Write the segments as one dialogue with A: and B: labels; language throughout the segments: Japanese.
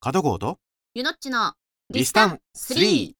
A: 角郷と
B: ゆのっちの
A: リスタン3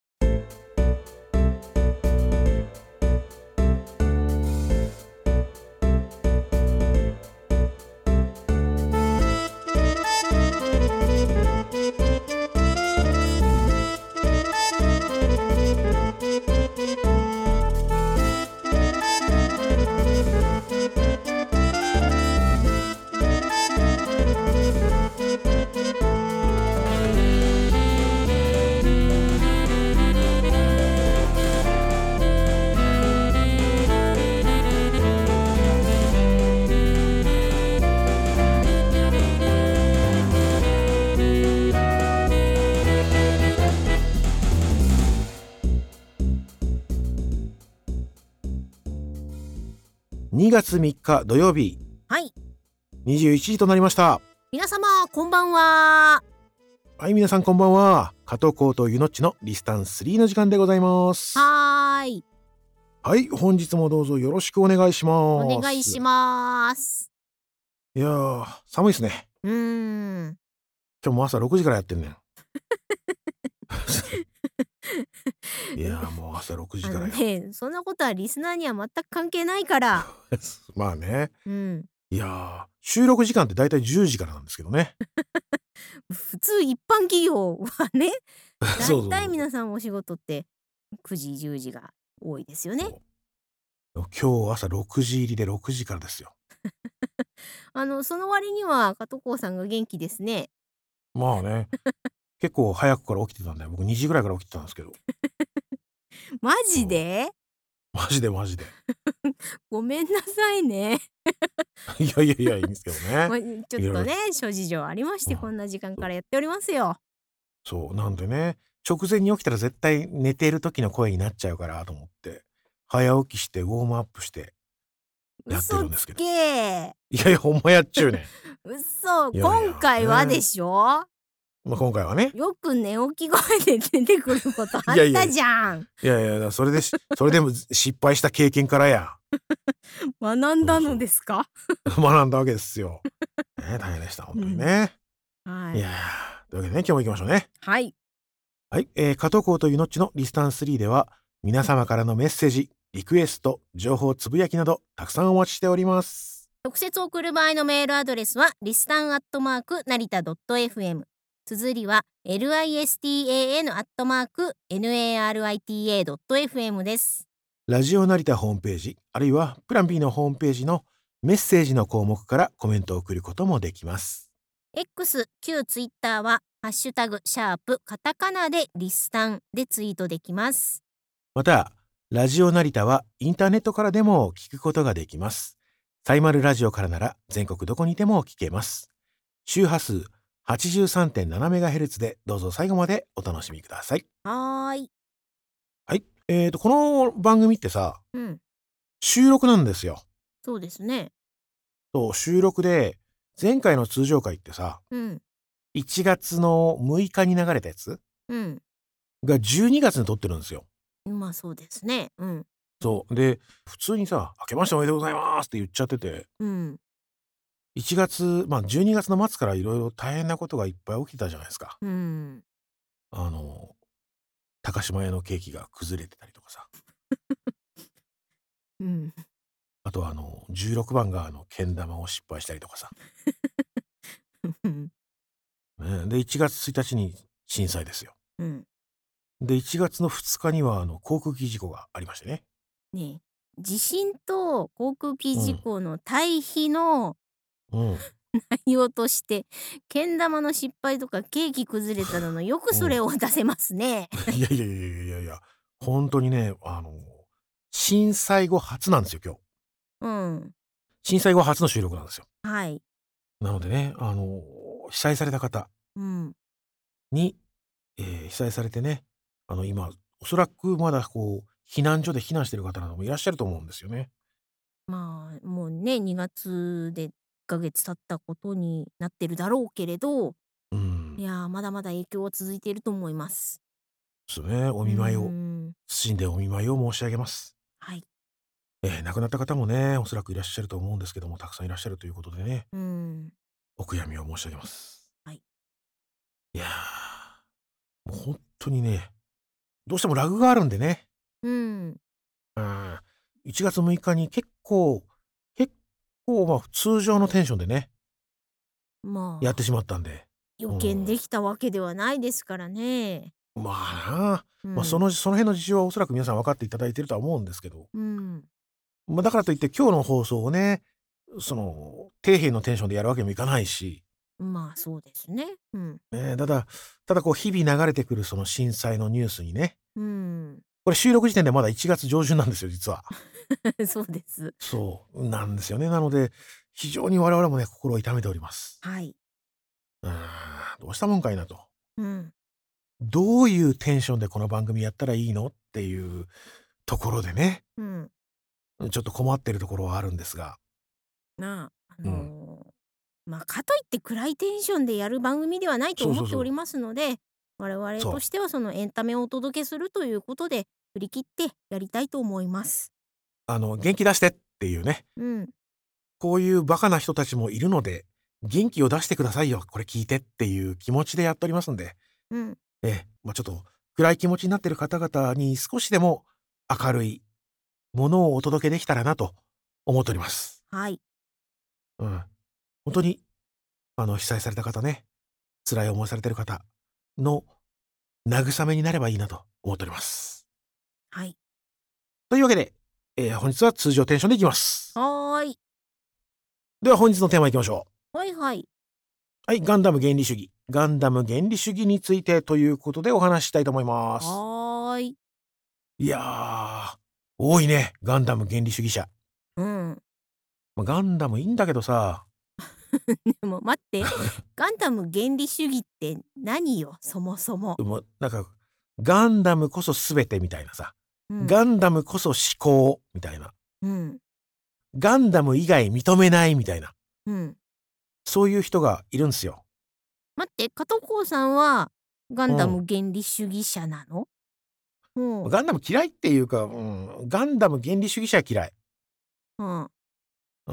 A: 2月3日土曜日
B: はい
A: 21時となりました
B: 皆様こんばんは
A: はい皆さんこんばんは加藤浩とゆのっちのリスタン3の時間でございますは
B: はーい
A: い本日もどうぞよろしくお願いします
B: お願いし
A: ま
B: ます
A: すいやー寒いですね
B: うーん
A: 今日も朝6時からやって んねんいやーもう朝6時
B: あ
A: か
B: の
A: らよ
B: ねそんなことはリスナーには全く関係な いから
A: まあね
B: うん
A: いやー収録時間ってだいたい10時からなんですけど ね
B: 普通一般企業はね
A: そうそう
B: 大体皆さんお仕事って9時10時が多いですよね
A: 今日朝6時入りで6時からですよ
B: あのその割には加藤浩さんが元気ですね
A: まあね結構早くから起きてたんで僕2時ぐらいから起きてたんですけど
B: マジで
A: マジでマジで
B: ごめんなさいね
A: いやいやいやいいんですけど
B: ま
A: ね
B: あちょっとね諸事情ありましてこんな時間からやっておりますよ。
A: そうなんでね直前に起きたら絶対寝てる時の声になっちゃうからと思って早起きしてウォームアップしてやってる
B: 嘘
A: んです
B: つ
A: けど
B: けー
A: いやいやほんまやっちゅうね
B: 嘘
A: いやいや
B: 今回はでしょ、
A: んまあ今回はね
B: よく寝起き声で出てくることあったじゃん
A: いやいやいやそれで しそれでも失敗した経験からや
B: 学んだのですか
A: 学んだわけです よ、ね、大変でした本当にね、
B: はいい
A: やーというわけでね今日も行きましょうね
B: はい
A: はい、えー、加藤校とゆのっちのリスタンス3では皆様からのメッセージ、リクエスト、情報つぶやきなどたくさんお待ちしております。
B: 直接送る場合のメールアドレスはリスタンアットマーク成田 .fm 綴りは listan アットマーク narita.fm です
A: ラジオ成田ホームページ、あるいはプラン B のホームページのメッセージの項目からコメントを送ることもできます。
B: X、旧 Twitter は、ハッシュタグ、シャープ、カタカナでリスタンでツイートできます。
A: また、ラジオ成田はインターネットからでも聞くことができます。サイマルラジオからなら全国どこにでも聞けます。周波数 83.7MHz でどうぞ最後までお楽しみください。
B: はーい。
A: はい。えー、と、この番組ってさ、
B: うん。
A: 収録なんですよ。
B: そうですね。
A: そう収録で前回の通常回ってさ
B: うん。
A: 1月の6日に流れたやつ
B: うん。
A: が12月に撮ってるんですよ。
B: まあそうですね。うん。
A: そうで普通にさ「明けましておめでとうございます」って言っちゃってて
B: うん。
A: 1月まあ12月の末からいろいろ大変なことがいっぱい起きてたじゃないですか。
B: うん。
A: あの高島屋のケーキが崩れてたりとかさ
B: うん。
A: あとはあの16番があのけん玉を失敗したりとかさ、
B: うん。
A: ね、で1月1日に震災ですよ。
B: うん。
A: で1月の2日にはあの航空機事故がありましてね。
B: ねえ地震と航空機事故の対比の
A: うん
B: 内容として、けん玉の失敗とかケーキ崩れたのの、よくそれを出せますね。
A: いやいやいやいやいやいや、本当にね、あの、震災後初なんですよ、今日。
B: うん。
A: 震災後初の収録なんですよ。
B: はい。
A: なのでね、あの、被災された方
B: うん。
A: に、えー被災されてね、あの、今、おそらくまだこう、避難所で避難してる方などもいらっしゃると思うんですよね。
B: まあもうね2月で1ヶ月経ったことになってるだろうけれど
A: うん。
B: い
A: で
B: やーまだまだ影響は続いていると思います。
A: すね。お
B: お
A: 見舞いうを、
B: ん
A: 謹んでお見舞いを申し上げます。
B: はい、
A: えー亡くなった方もね、おそらくいらっしゃると思うんですけども、たくさんいらっしゃるということでね、
B: うん、
A: お悔やみを申し上げます。
B: はい。
A: いやー当にねどうしてもラグがあるんでね
B: うん
A: うん1月6日に結構結構まあ通常のテンションでね
B: まあ
A: やってしまったんで
B: 予見できたわけではないですからね。
A: まあなあ、
B: うん
A: まあ、そのその辺の事情はおそらく皆さん分かっていただいてるとは思うんですけど、
B: うん
A: まあ、だからといって今日の放送をねその底辺のテンションでやるわけにもいかないし、
B: まあそうですね。うん
A: ね、ただただこう日々流れてくるその震災のニュースにね
B: うん、
A: これ収録時点でまだ1月上旬なんですよ実は。
B: そうです。
A: そうなんですよねなので非常に我々もね心を痛めております。
B: はい。
A: うんどうしたもんかいなと。
B: うん
A: どういうテンションでこの番組やったらいいのっていうところでね
B: うん。
A: ちょっと困ってるところはあるんですが
B: なあ、あ
A: うん
B: のーまあかといって暗いテンションでやる番組ではないと
A: そうそう
B: 思っておりますので我々
A: そう
B: としてはそのエンタメをお届けするということで振り切ってやりたいと思います。
A: あの元気出してっていうね
B: うん
A: こういうバカな人たちもいるので元気を出してくださいよこれ聞いてっていう気持ちでやっておりますんで、
B: うん
A: ええまあ、ちょっと暗い気持ちになってる方々に少しでも明るいものをお届けできたらなと思っております。
B: はい。
A: うん、本当にあの被災された方ね辛い思いされてる方の慰めになればいいなと思っております。
B: はい。
A: というわけで、えー本日は通常テンションでいきます。
B: はーい。
A: では本日のテーマいきましょう。
B: はいはい。
A: はい、ガンダム原理主義。ガンダム原理主義についてということでお話ししたいと思います。
B: はーい。
A: いやー、多いね、ガンダム原理主義者。
B: うん。
A: まあガンダムいいんだけどさ、
B: でも待ってガンダム原理主義って何よそもそも、
A: もうなんか、ガンダムこそ全てみたいなさ、
B: うん、
A: ガンダムこそ思考みたいな、
B: うん
A: ガンダム以外認めないみたいな、
B: うん
A: そういう人がいるんですよ。
B: 待って加藤浩さんはガンダム原理主義者なの、うんうん
A: ガンダム嫌いっていうか、うん、ガンダム原理主義者は嫌い。う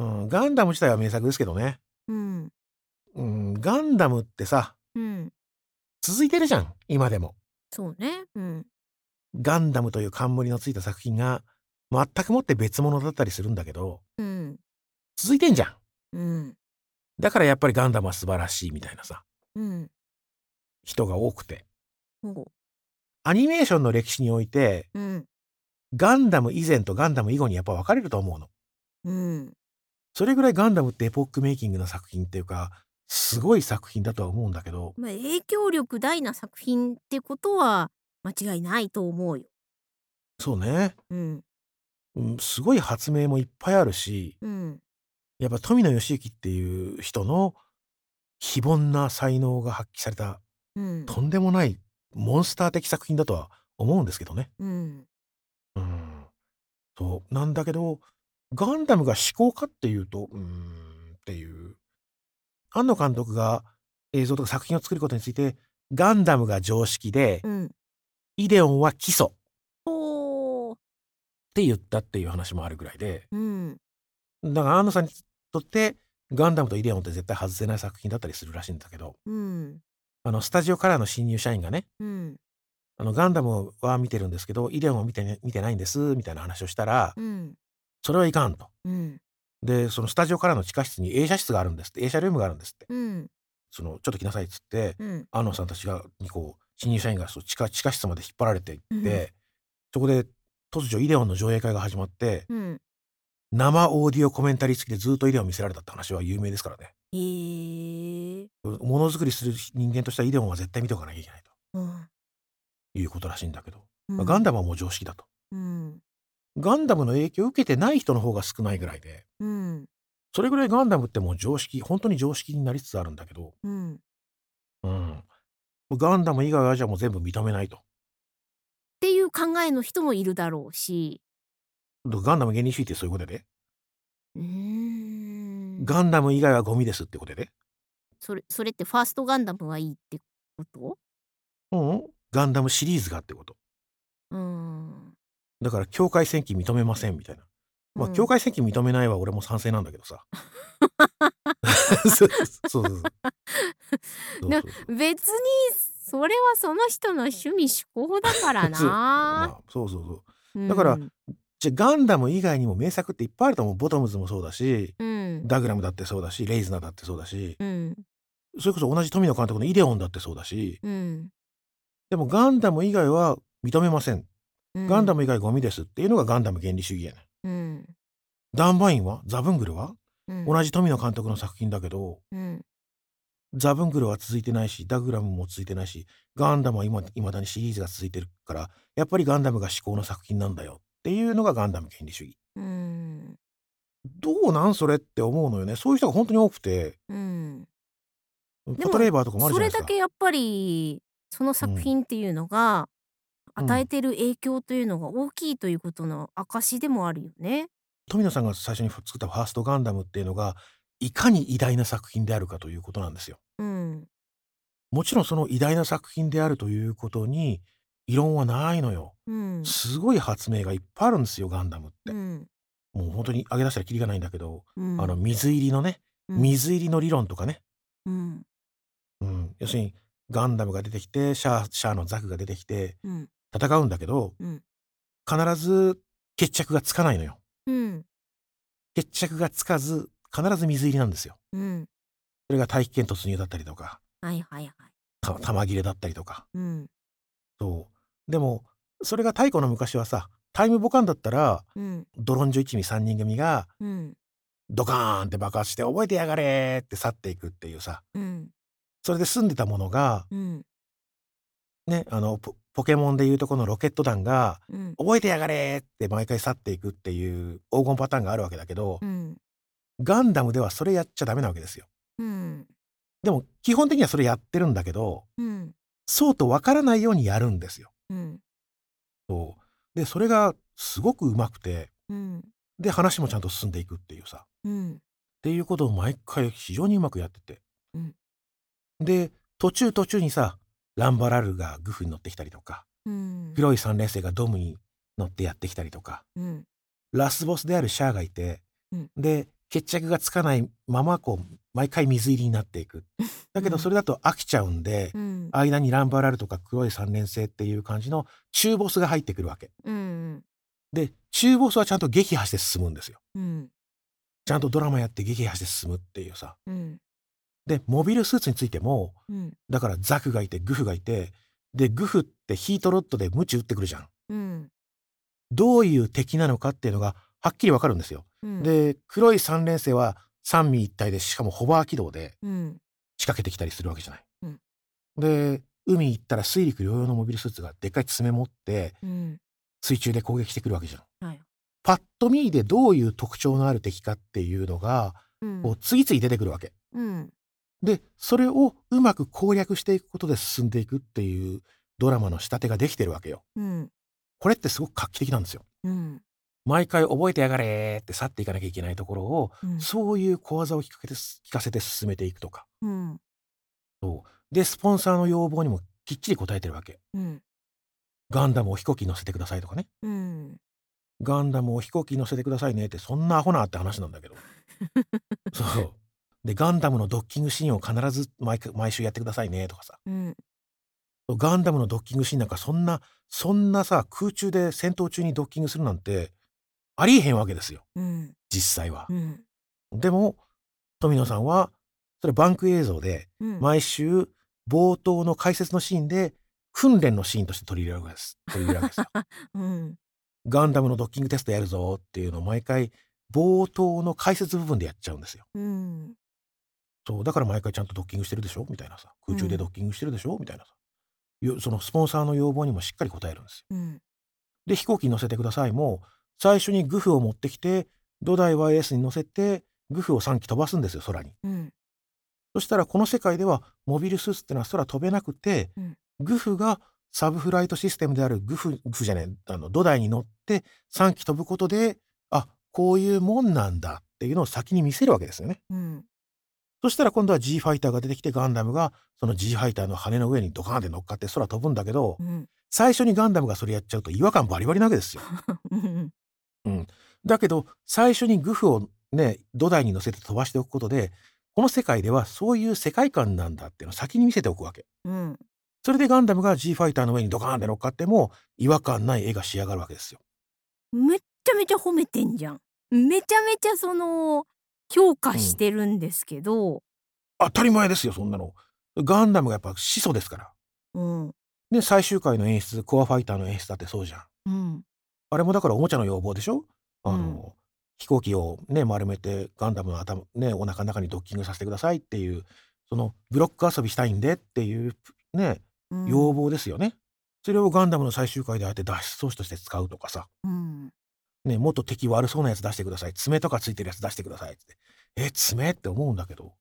A: ん、ガンダム自体は名作ですけどね。
B: うん
A: うん、ガンダムってさ、
B: うん
A: 続いてるじゃん、今でも。
B: そうねうん
A: ガンダムという冠のついた作品が全くもって別物だったりするんだけど
B: うん
A: 続いてんじゃん
B: うん
A: だからやっぱりガンダムは素晴らしいみたいなさ
B: うん
A: 人が多くて
B: ほ
A: アニメーションの歴史において
B: ううん
A: ガンダム以前とガンダム以後にやっぱ分かれると思うの
B: うん
A: それぐらいガンダムってエポックメイキングな作品っていうかすごい作品だとは思うんだけど
B: まあ影響力大な作品ってことは間違いないと思うよ
A: そうね、
B: うん
A: うん、すごい発明もいっぱいあるし
B: うん
A: やっぱ富野義行っていう人の非凡な才能が発揮された
B: うん
A: とんでもないモンスター的作品だとは思うんですけどね。
B: うん
A: うん、そうなんだけどガンダムが思考かっていうとうーんっていう庵野監督が映像とか作品を作ることについてガンダムが常識で
B: うん
A: イデオンは基礎っ
B: ほう
A: て言ったっていう話もあるぐらいで
B: うん
A: だから庵野さんにとってガンダムとイデオンって絶対外せない作品だったりするらしいんだけど
B: うん
A: あのスタジオからの新入社員がね
B: うん
A: あのガンダムは見てるんですけどイデオンは見て,、ね、見てないんですみたいな話をしたら
B: うん
A: それはいかんと。
B: うん
A: でそのスタジオからの地下室に映写室があるんですって映写ルームがあるんですって
B: うん
A: そのちょっと来なさいっつって
B: うん
A: 安野さんたちがにこう新入社員がそう地下地下室まで引っ張られていって、
B: うん
A: そこで突如イデオンの上映会が始まって
B: うん
A: 生オーディオコメンタリー付きでずっとイデオン見せられたって話は有名ですからね
B: へえ
A: ものづくりする人間としてはイデオンは絶対見ておかなきゃいけない
B: うん
A: ということらしいんだけど、
B: うん
A: ガンダムはもう常識だと
B: うん
A: ガンダムの影響を受けてない人の方が少ないぐらいで
B: うん
A: それぐらいガンダムってもう常識本当に常識になりつつあるんだけど
B: うん
A: うん。ガンダム以外はじゃあもう全部認めないと。
B: っていう考えの人もいるだろうし
A: ガンダム原理主義ってそういうことで、ね、
B: うーん
A: ガンダム以外はゴミですってことで、ね、
B: それそれってファーストガンダムはいいってこ
A: うんうん、ガンダムシリーズがってこと。
B: とうん
A: だから境界線機認めませんみたいな。まあ、
B: うん
A: 境界線機認めないは俺も賛成なんだけど さ。そうそうそうそうそうそうそう
B: 別にそれはその人の趣味嗜好だ から
A: そう
B: な。
A: まあそうそうそうだから
B: うん
A: じゃあガンダム以外にも名作っていっぱいあると思うボトムズもそうだし
B: うん
A: ダグラムだってそうだしレイズナーだってそうだし
B: うん
A: それこそ同じ富野監督のイデオンだってそうだし
B: うん
A: でもガンダム以外は認めません
B: うん
A: ガンダム以外ゴミですっていうのがガンダム原理主義やねん
B: うん
A: ダンバインはザブングルは
B: うん
A: 同じ富野監督の作品だけど
B: うん
A: ザブングルは続いてないしダグラムも続いてないしガンダムは今未だにシリーズが続いてるからやっぱりガンダムが至高の作品なんだよっていうのがガンダム原理主義
B: うん
A: どうなんそれって思うのよねそういう人が本当に多くて
B: うんで
A: パ
B: も
A: トレーバーとかもあるじ
B: そ
A: ゃないで
B: れ
A: す
B: だ
A: か
B: けやっぱりその作品っていうのが
A: うん
B: 与えてる影響というのが大きいということの証でもあるよね。
A: 富野さんが最初に作ったファーストガンダムっていうのがいかに偉大な作品であるかということなんですよ
B: うん
A: もちろんその偉大な作品であるということに異論はないのよ
B: うん
A: すごい発明がいっぱいあるんですよガンダムって、
B: うん
A: もう本当に上げ出したらキリがないんだけど、
B: うん
A: あの水入りのね
B: うん
A: 水入りの理論とかね、
B: うん
A: うん、要するにガンダムが出てきてシャアシャアのザクが出てきて
B: うん
A: 戦うんだけど
B: うん
A: 必ず決着がつかないのよ
B: うん
A: 決着がつかず必ず水入りなんですよ
B: うん
A: それが大気圏突入だったりとか
B: はいはいはい。
A: た弾切れだったりとか
B: うん
A: そうでもそれが太古の昔はさタイムボカンだったら
B: うん
A: ドロンジョ一味3人組が
B: うん
A: ドカーンって爆発して覚えてやがれって去っていくっていうさ
B: うん
A: それで住んでたものが
B: うん
A: ねあのポポケモンでいうとこのロケット弾が
B: うん
A: 覚えてやがれって毎回去っていくっていう黄金パターンがあるわけだけど
B: うん
A: ガンダムではそれやっちゃダメなわけですよ
B: うん
A: でも基本的にはそれやってるんだけど
B: うん
A: そうとわからないようにやるんですよ
B: うん
A: そうでそれがすごくうまくて
B: うん
A: で話もちゃんと進んでいくっていうさ
B: うん
A: っていうことを毎回非常にうまくやってて、
B: うん
A: で途中途中にさランバラルがグフに乗ってきたりとか
B: うん
A: 広い三連星がドムに乗ってやってきたりとか
B: うん
A: ラスボスであるシャアがいて、
B: うん
A: で決着がつかないままこう毎回水入りになっていくだけど
B: うん
A: それだと飽きちゃうんで、
B: うん
A: 間にランバラルとか黒い三連星っていう感じの中ボスが入ってくるわけ
B: うん
A: で中ボスはちゃんと撃破して進むんですよ
B: うん
A: ちゃんとドラマやって撃破して進むっていうさ
B: うん
A: でモビルスーツについても
B: うん
A: だからザクがいてグフがいてでグフってヒートロッドでムチ打ってくるじゃん
B: うん
A: どういう敵なのかっていうのがはっきりわかるんですよ、
B: うん
A: で黒い三連星は三位一体でしかもホバー軌道で
B: うん
A: 仕掛けてきたりするわけじゃない、
B: うん
A: で海行ったら水陸両用のモビルスーツがでっかい爪持って
B: うん
A: 水中で攻撃してくるわけじゃん
B: はい
A: パッと見でどういう特徴のある敵かっていうのが
B: うん
A: こう次々出てくるわけ
B: うん
A: でそれをうまく攻略していくことで進んでいくっていうドラマの仕立てができてるわけよ
B: うん
A: これってすごく画期的なんですよ
B: うん
A: 毎回覚えてやがれって去っていかなきゃいけないところを
B: うん
A: そういう小技を聞かけてす聞かせて進めていくとか
B: うん
A: でスポンサーの要望にもきっちり応えてるわけ
B: うん
A: ガンダムを飛行機に乗せてくださいとかね
B: うん
A: ガンダムを飛行機に乗せてくださいねってそんなアホなって話なんだ けどそうでガンダムのドッキングシーンを必ず毎回毎週やってくださいねとかさ
B: うん
A: ガンダムのドッキングシーンなんかそんなそんなさ空中で戦闘中にドッキングするなんてありえへんわけですよ
B: うん
A: 実際は
B: う。ん
A: でも富野さんはそれバンク映像で
B: うん
A: 毎週冒頭の解説のシーンで訓練のシーンとして取り入れるわけです。取り入れるわけですよ
B: うん
A: ガンダムのドッキングテストやるぞっていうのを毎回冒頭の解説部分でやっちゃうんですよ。
B: うん
A: そうだから毎回ちゃんとドッキングしてるでしょみたいなさ空中でドッキングしてるでしょみたいなさよそのスポンサーの要望にもしっかり応えるんですよ。
B: うん
A: で飛行機に乗せてくださいも最初にグフを持ってきて土台 YS に乗せてグフを3機飛ばすんですよ空に。
B: うん
A: そしたらこの世界ではモビルスーツってのは空飛べなくて、
B: うん
A: グフがサブフライトシステムであるグフグフじゃないあの土台に乗って3機飛ぶことであこういうもんなんだっていうのを先に見せるわけですよね。
B: うん
A: そしたら今度は G ファイターが出てきてガンダムがその G ファイターの羽の上にドカーンって乗っかって空飛ぶんだけど、
B: うん
A: 最初にガンダムがそれやっちゃうと違和感バリバリなわけですよ。
B: うん
A: だけど最初にグフをね土台に乗せて飛ばしておくことでこの世界ではそういう世界観なんだっていうのを先に見せておくわけ。
B: うん
A: それでガンダムが G ファイターの上にドカーンって乗っかっても違和感ない絵が仕上がるわけですよ。
B: めっちゃめちゃ褒めてんじゃんめちゃめちゃその評価してるんですけど、
A: 当たり前ですよそんなの。ガンダムがやっぱ始祖ですから。
B: うん、
A: で最終回の演出コアファイターの演出だってそうじゃん。
B: うん、
A: あれもだからおもちゃの要望でしょあの、
B: うん
A: 飛行機をね丸めてガンダムの頭ねお腹の中にドッキングさせてくださいっていうそのブロック遊びしたいんでっていうね
B: うん、
A: 要望ですよね。それをガンダムの最終回であえて脱出装置として使うとかさ、
B: うん、
A: ね、もっと敵悪そうなやつ出してください爪とかついてるやつ出してくださいってえ爪って思うんだけど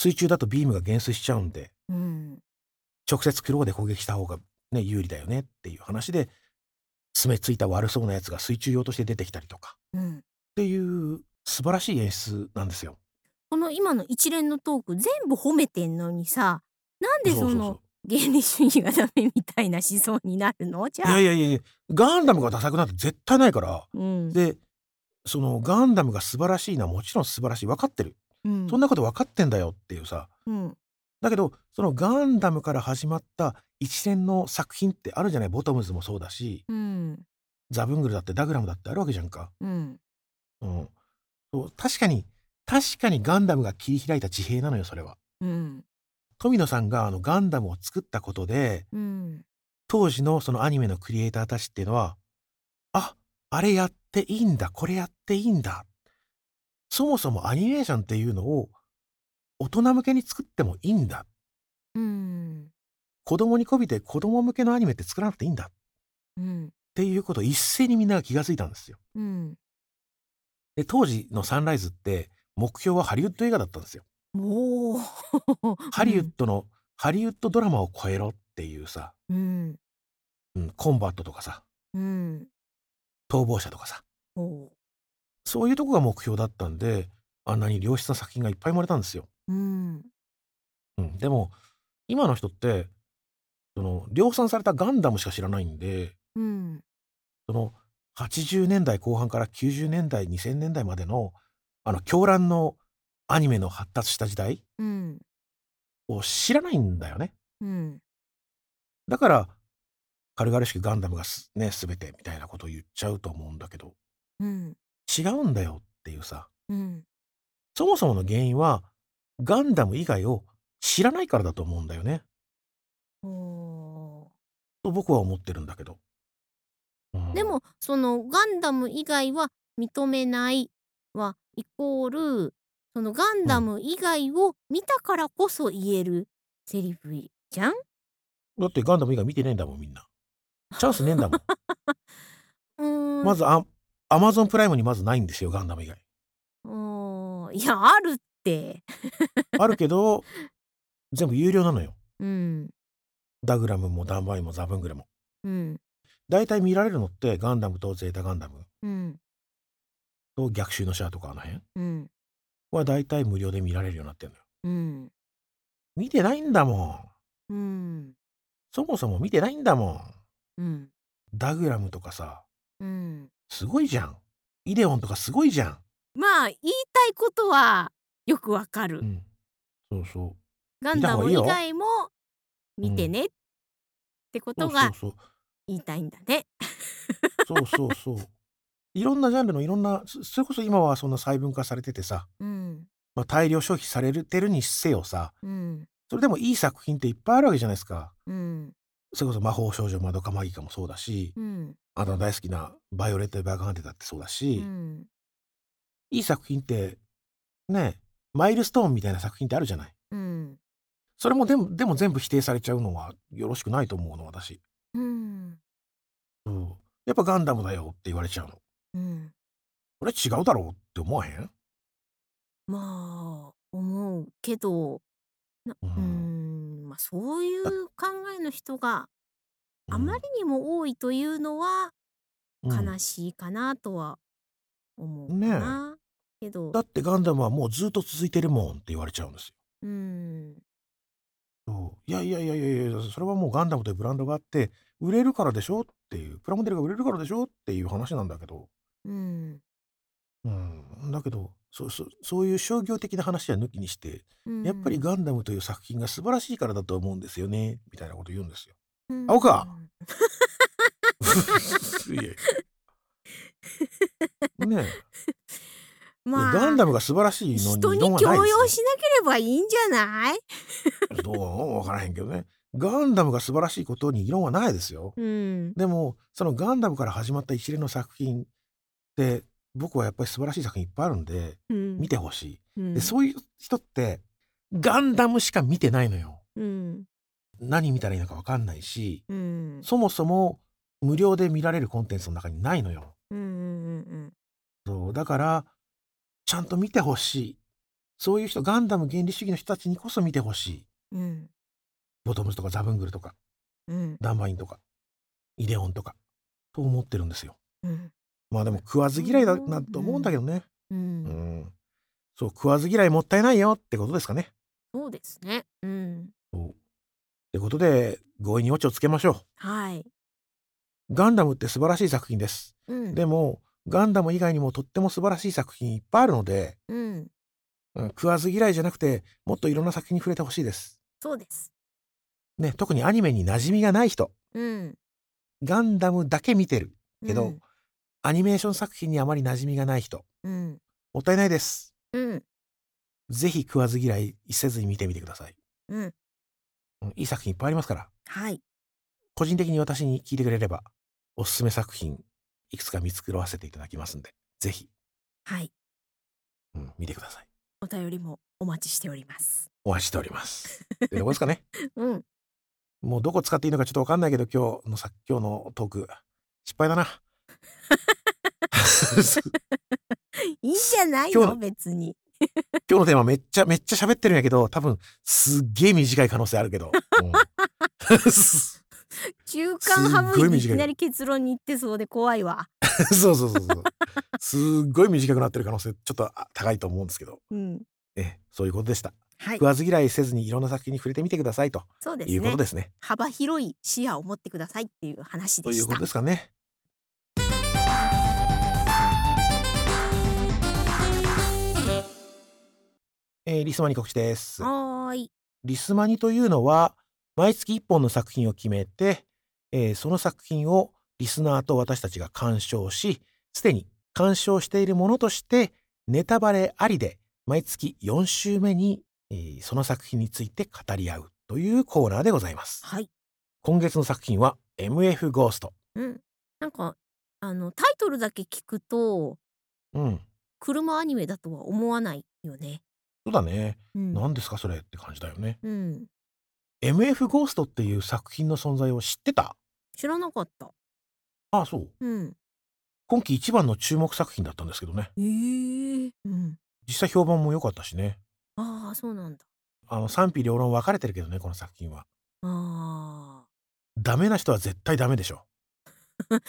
A: 水中だとビームが減衰しちゃうんで
B: うん、
A: 直接クローで攻撃した方がね有利だよねっていう話で爪ついた悪そうなやつが水中用として出てきたりとか
B: うん。
A: っていう素晴らしい演出なんですよ。
B: この今の一連のトーク全部褒めてんのにさなんでその原理主義がダメみたいな思想になるのじゃ
A: いや
B: あ。
A: いやいやいやガンダムがダサくなんて絶対ないから
B: うん
A: でそのガンダムが素晴らしいのはもちろん素晴らしい分かってる
B: うん
A: そんなこと分かってんだよっていうさ
B: うん
A: だけどそのガンダムから始まった一連の作品ってあるじゃないボトムズもそうだし
B: うん
A: ザブングルだってダグラムだってあるわけじゃんか。
B: うん
A: うん、そう確かに確かにガンダムが切り開いた地平なのよそれは。
B: うん
A: 富野さんがあのガンダムを作ったことで
B: うん
A: 当時のそのアニメのクリエイターたちっていうのはああれやっていいんだこれやっていいんだそもそもアニメーションっていうのを大人向けに作ってもいいんだ
B: うん
A: 子供に媚びて子供向けのアニメって作らなくていいんだっ
B: うん
A: ていうことを一斉にみんなが気がついたんですよ。
B: うん
A: で当時のサンライズって目標はハリウッド映画だったんですよ。
B: お お
A: ハリウッドの、ハリウッドドラマを超えろっていうさ、
B: うん
A: うん、コンバットとかさ
B: うん
A: 逃亡者とかさ
B: おお
A: そういうとこが目標だったんであんなに良質な作品がいっぱい生まれたんですよ。
B: うん
A: うん、でも今の人ってその量産されたガンダムしか知らないんで
B: うん
A: その80年代後半から90年代2000年代までのあの狂乱のアニメの発達した時代
B: うん
A: を知らないんだよね。
B: うん
A: だから軽々しくガンダムがすね全てみたいなことを言っちゃうと思うんだけど
B: うん
A: 違うんだよっていうさ
B: うん
A: そもそもの原因はガンダム以外を知らないからだと思うんだよね
B: おお
A: と僕は思ってるんだけど、うん
B: でもそのガンダム以外は認めないはイコールそのガンダム以外を見たからこそ言えるセリフじゃん
A: だってガンダム以外見てねえんだもんみんなチャンスねえんだもん
B: うーん
A: まずあアマゾンプライムにまずないんですよガンダム以外
B: うーんいやあるって
A: あるけど全部有料なのよ
B: うん
A: ダグラムもダンバインもザブングルも
B: うん
A: だいたい見られるのってガンダムとゼータガンダム
B: うん
A: と逆襲のシャアとかあの辺
B: うん
A: はだいたい無料で見られるようになってるのよ
B: うん
A: 見てないんだもん
B: うん
A: そもそも見てないんだもん
B: うん
A: ダグラムとかさ
B: うん
A: すごいじゃんイデオンとかすごいじゃん、
B: まあ言いたいことはよくわかる、
A: ん、そうそ
B: ガンダム
A: 見
B: 以
A: た方が
B: 外も見てね、ってこ
A: うそ
B: と
A: う
B: が
A: そう
B: 言いたいんだね
A: そうそうそうそう いろんなジャンルのいろんなそそれこそ今はそんな細分化されててさ、
B: うん
A: まあ、大量消費されてるにせよさ
B: うん
A: それでもいい作品っていっぱいあるわけじゃないですか
B: うん
A: それこそ魔法少女まどかマギカもそうだし
B: うん
A: あなたの大好きなバイオレット・エヴァーガーデンだってそうだ
B: う
A: し、
B: ん
A: いい作品ってねマイルストーンみたいな作品ってあるじゃない
B: うん
A: それもでもでも全部否定されちゃうのはよろしくないと思うの私、
B: うん
A: うん、やっぱガンダムだよって言われちゃうの
B: うん
A: これ違うだろうって思わへん、
B: まあ思うけど
A: う
B: うーんまあそういう考えの人があまりにも多いというのは
A: うんうん
B: 悲しいかなとは思うかな、けど
A: だってガンダムはもうずっと続いてるもんって言われちゃうんですよ
B: うん
A: そういやいやいやいやいやそれはもうガンダムというブランドがあって売れるからでしょっていうプラモデルが売れるからでしょっていう話なんだけど
B: うん
A: うんだけどそうそうそういう商業的な話は抜きにして、
B: うん
A: やっぱりガンダムという作品が素晴らしいからだと思うんですよねみたいなこと言うんですよ。
B: うん
A: 青川いやいやねえ
B: まあ
A: ガンダムが素晴らしいのに
B: 人に
A: 異論はない
B: 強
A: ですよ
B: 要しなければいいんじゃない
A: どうも分からへんけどねガンダムが素晴らしいことに異論はないですよ
B: うん
A: でもそのガンダムから始まった一連の作品って僕はやっぱり素晴らしい作品いっぱいあるんで
B: うん
A: 見てほし
B: う
A: い
B: ん
A: でそういう人ってガンダムしか見てないのよ
B: うん
A: 何見たらいいのか分かんないし
B: うん
A: そもそも無料で見られるコンテンツの中にないのよ
B: うんうんうん
A: そうだからちゃんと見てほしいそういう人ガンダム原理主義の人たちにこそ見てほしい
B: うん
A: ボトムズとかザブングルとか
B: うん
A: ダンバインとかイデオンとかと思ってるんですよ
B: うん
A: まあでも食わず嫌いだ
B: う
A: なんと思うんだけどね
B: う
A: うんんそう食わず嫌いもったいないよってことですかね
B: そうですねうん
A: そうってことで合意にオチをつけましょ
B: はい、
A: うガンダムって素晴らしい作品です
B: うん、
A: でもガンダム以外にもとっても素晴らしい作品いっぱいあるので、
B: うん
A: うん、食わず嫌いじゃなくてもっといろんな作品に触れてほしいです
B: そうです
A: ね特にアニメに馴染みがない人
B: うん
A: ガンダムだけ見てるけど、
B: うん
A: アニメーション作品にあまり馴染みがない人
B: うん
A: もったいないです
B: うん
A: ぜひ食わず嫌いせずに見てみてください。
B: うん
A: うんいい作品いっぱいありますから、
B: はい
A: 個人的に私に聞いてくれれば、おすすめ作品、いくつか見繕わせていただきますんで、ぜひ、
B: はい
A: うん、見てください。
B: お便りもお待ちしております
A: お待ちしております。ってとこですかね。
B: うん
A: もうどこ使っていいのかちょっとわかんないけど、今日のさ、今日のトーク、失敗だ な。
B: いいじゃない
A: 今日
B: の
A: の
B: 別に
A: 今日のテーマめっちゃめっちゃ喋ってるんやけど、多分、すっげえ短い可能性あるけど。うん
B: 中間ハブにいきなり結論に行ってそうで怖いわ
A: そうそうそうそう。すっごい短くなってる可能性ちょっとあ高いと思うんですけど、
B: うん
A: ええそういうことでした。
B: はい
A: 食わず嫌いせずにいろんな作品に触れてみてくださいと
B: そうですね
A: いうことですね。
B: 幅広い視野を持ってくださいっていう話
A: と
B: で
A: い
B: し
A: うこ
B: た
A: とですかね。えーリスマニ告知です。
B: はーい
A: リスマニというのは毎月1本の作品を決めて、えーその作品をリスナーと私たちが鑑賞しすでに鑑賞しているものとしてネタバレありで毎月4週目に、えーその作品について語り合うというコーナーでございます。
B: はい
A: 今月の作品は MF ゴースト。
B: うんなんかあのタイトルだけ聞くと
A: うん。
B: 車アニメだとは思わないよね
A: そうだね。
B: うん
A: 何ですかそれって感じだよね。
B: うん
A: MF ゴーストっていう作品の存在を知ってた
B: 知らなかった
A: ああ、そう。
B: うん
A: 今季一番の注目作品だったんですけどね。
B: えー、うん
A: 実際評判も良かったしね。
B: ああそうなんだ
A: あの賛否両論分かれてるけどねこの作品は
B: あ
A: ダメな人は絶対ダメでしょ、
B: あ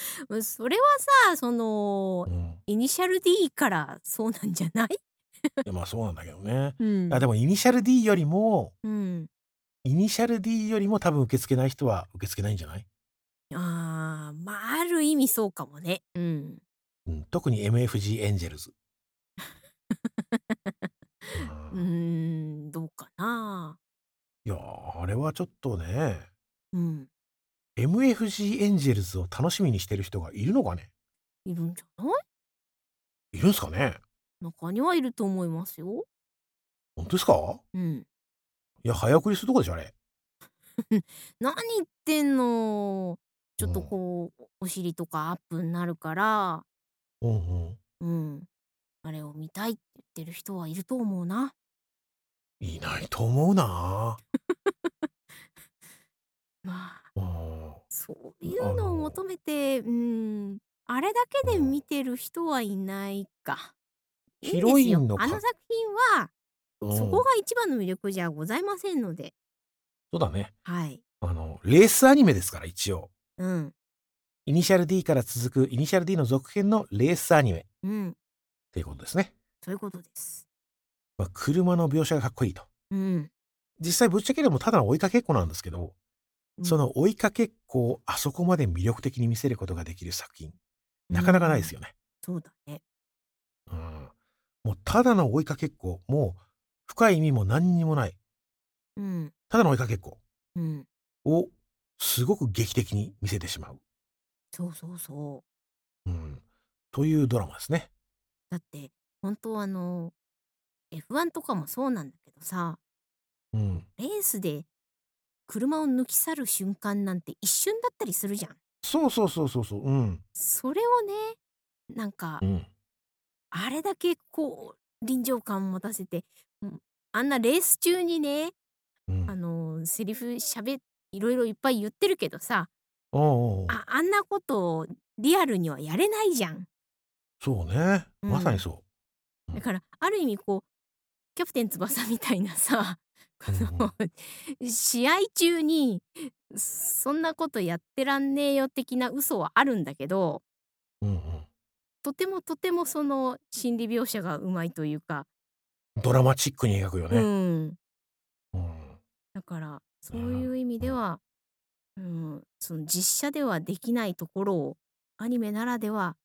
B: それはさその
A: うん、い
B: イニシャル D からそうなんじゃない、
A: やまあそうなんだけどね
B: うん
A: あでもイニシャル D よりも
B: うん、
A: イニシャル D よりも多分受け付けない人は受け付けないんじゃない、
B: あーまあある意味そうかもねうん
A: うん、特に MFG エンジェルズ、 うんい
B: うーんどうかな
A: やーあれはちょっとね
B: うん、
A: MFG エンジェルズを楽しみにしてる人がいるのかね
B: いるんじゃない
A: いるんすかね
B: 中にはいると思いますよ。
A: 本当ですか
B: うん。
A: いや早送りするとこでしょあれ
B: 何言ってんのちょっと
A: うん
B: こう、お尻とかアップになるから、
A: うんうん
B: うん。あれを見たいって言ってる人はいると思うな。
A: いないと思うな
B: まあ、
A: うん
B: そういうの
A: あ
B: を
A: の
B: 求めて、うん。あれだけで見てる人はいないか。いいんですよ
A: ヒロインのか
B: あの作品は、
A: うん
B: そこが一番の魅力じゃございませんので。
A: そうだね
B: はい。
A: あの、レースアニメですから、一応。
B: うん。
A: イニシャル D から続く、イニシャル D の続編のレースアニメっ
B: うん。
A: ていうことですね。
B: そういうことです。
A: まあ、車の描写がかっこいいと。
B: うん。
A: 実際、ぶっちゃけでもただの追いかけっこなんですけど、
B: うん
A: その追いかけっこをあそこまで魅力的に見せることができる作品、なかなかないですよね。
B: そうだね。
A: うん。もうただの追いかけっこもう深い意味も何にもない
B: うん
A: ただの追いかけっこ
B: うん
A: をすごく劇的に見せてしまう、
B: そうそうそう
A: うん、というドラマですね。
B: だって本当あの F1 とかもそうなんだけどさ
A: うん、
B: レースで車を抜き去る瞬間なんて一瞬だったりするじゃん
A: そうそうそうそうそう、うん
B: それをねなんか
A: うん、
B: あれだけこう臨場感を持たせてうんあんなレース中にね
A: うん、
B: あのセリフしゃべいろいろいっぱい言ってるけどさ
A: おうおう
B: ああんなことをリアルにはやれないじゃん。
A: そうね、
B: うん
A: まさにそ
B: だからある意味こうキャプテン翼みたいなさ この試合中にそんなことやってらんねえよ的な嘘はあるんだけど
A: う、うんう
B: とてもとてもその心理描写がうまいというか、
A: ん、ドラマチックに描くよ
B: う
A: ね。
B: ん、
A: うん
B: だからそういう意味では、うん、その実写ではできないところをアニメならでは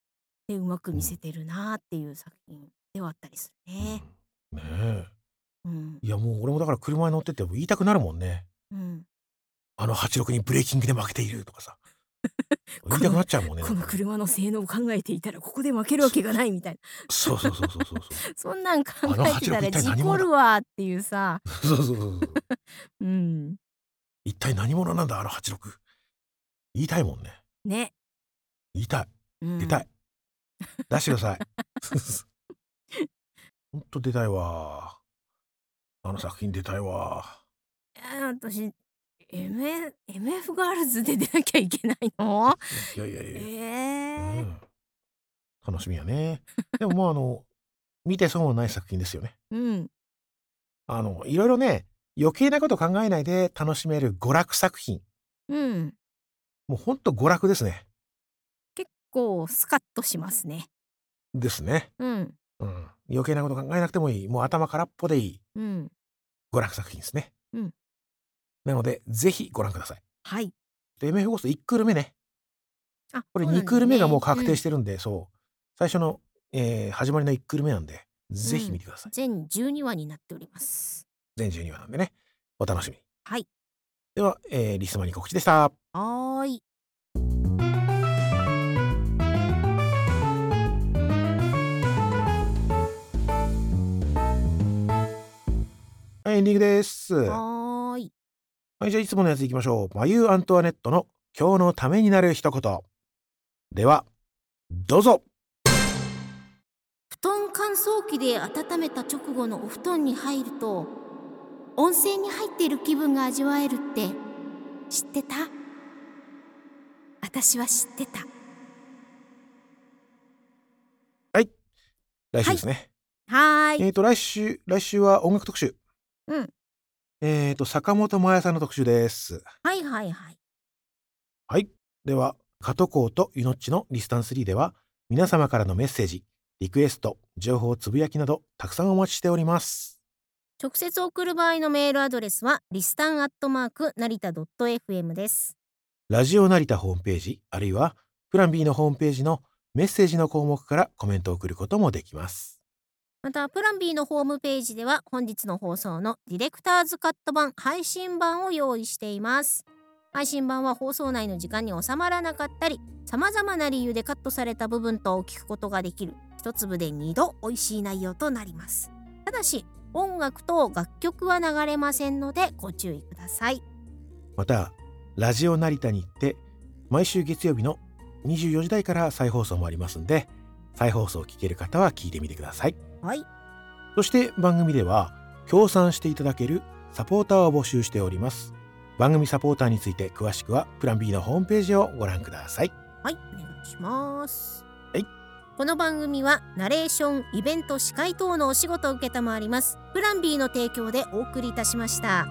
B: でうまく見せてるなっていう作品ではあったりするね。
A: うんねえ
B: うん
A: いやもう俺もだから車に乗ってても言いたくなるもんね
B: うん、
A: あの86にブレーキングで負けているとかさ言いたくなっちゃうもんね
B: この
A: なんか
B: 車の性能を考えていたらここで負けるわけがないみたい
A: そうそうそうそうそうそ
B: な そんなん考
A: あの
B: えてた
A: 86一
B: ら
A: 体何者だ
B: 事故るわっていうさ、
A: うそうそうそうそう
B: うん、
A: 一体何者なんだあの86言いたいもんね
B: ね、
A: 言いたい
B: うん、
A: 出たい、出してください ほんと出たいわあの作品出たいわ
B: えー私 MF, MF ガールズで出なきゃいけないの
A: いやいやい
B: え
A: や、う
B: ー
A: ん、楽しみやねでももうあの見て損はない作品ですよね
B: うん
A: あの、いろいろね、余計なこと考えないで楽しめる娯楽作品。
B: うん
A: もうほんと娯楽ですね。
B: 結構スカッとしますね
A: ですね。
B: うん
A: うん。余計なこと考えなくてもいい。もう頭空っぽでいい
B: うん
A: 娯楽作品ですね。
B: うん。
A: なので、ぜひご覧ください。
B: はい
A: で、MF ゴースト1クール目ね。
B: あ、
A: これ2クール目がもう確定しててるんで、そう。最初の、えー始まりの1クール目なんで、ぜひ見てください。
B: そうなんですね全12話になっております
A: 全12話なんでね。お楽しみに。
B: はい。
A: では、えーリスマに告知でした。
B: はーい
A: はいエンディングです。
B: はーい
A: はい、じゃあいつものやついきましょう。マユー・アントワネットの今日のためになる一言。では、どうぞ
B: 布団乾燥機で温めた直後のお布団に入ると温泉に入っている気分が味わえるって知ってた私は知ってた
A: 来週ですね。
B: はーい
A: えっ、と、来週、来週は音楽特集。
B: うん。
A: えっと、坂本真綾さんの特集です。
B: はいはいはい
A: はい。では、加藤公とゆのっちのリスタンスリーでは、皆様からのメッセージ、リクエスト、情報つぶやきなど、たくさんお待ちしております。
B: 直接送る場合のメールアドレスはリスタンアットマーク成田 .fm です
A: ラジオ成田ホームページ、あるいは、プラン B のホームページのメッセージの項目からコメントを送ることもできます。
B: またプラン B のホームページでは本日の放送のディレクターズカット版配信版を用意しています配信版は放送内の時間に収まらなかったり様々な理由でカットされた部分と聞くことができる一粒で二度美味しい内容となりますただし音楽と楽曲は流れませんのでご注意ください
A: またラジオ成田に行って毎週月曜日の24時台から再放送もありますんで再放送を聞ける方は聞いてみてください
B: はい
A: そして番組では協賛していただけるサポーターを募集しております番組サポーターについて詳しくはプラン B のホームページをご覧ください
B: はい、お願いします。
A: はい。
B: この番組はナレーション、イベント、司会等のお仕事を受けたまわります。プラン B の提供でお送りいたしました。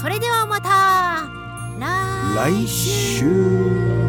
B: それではまた来
A: 来週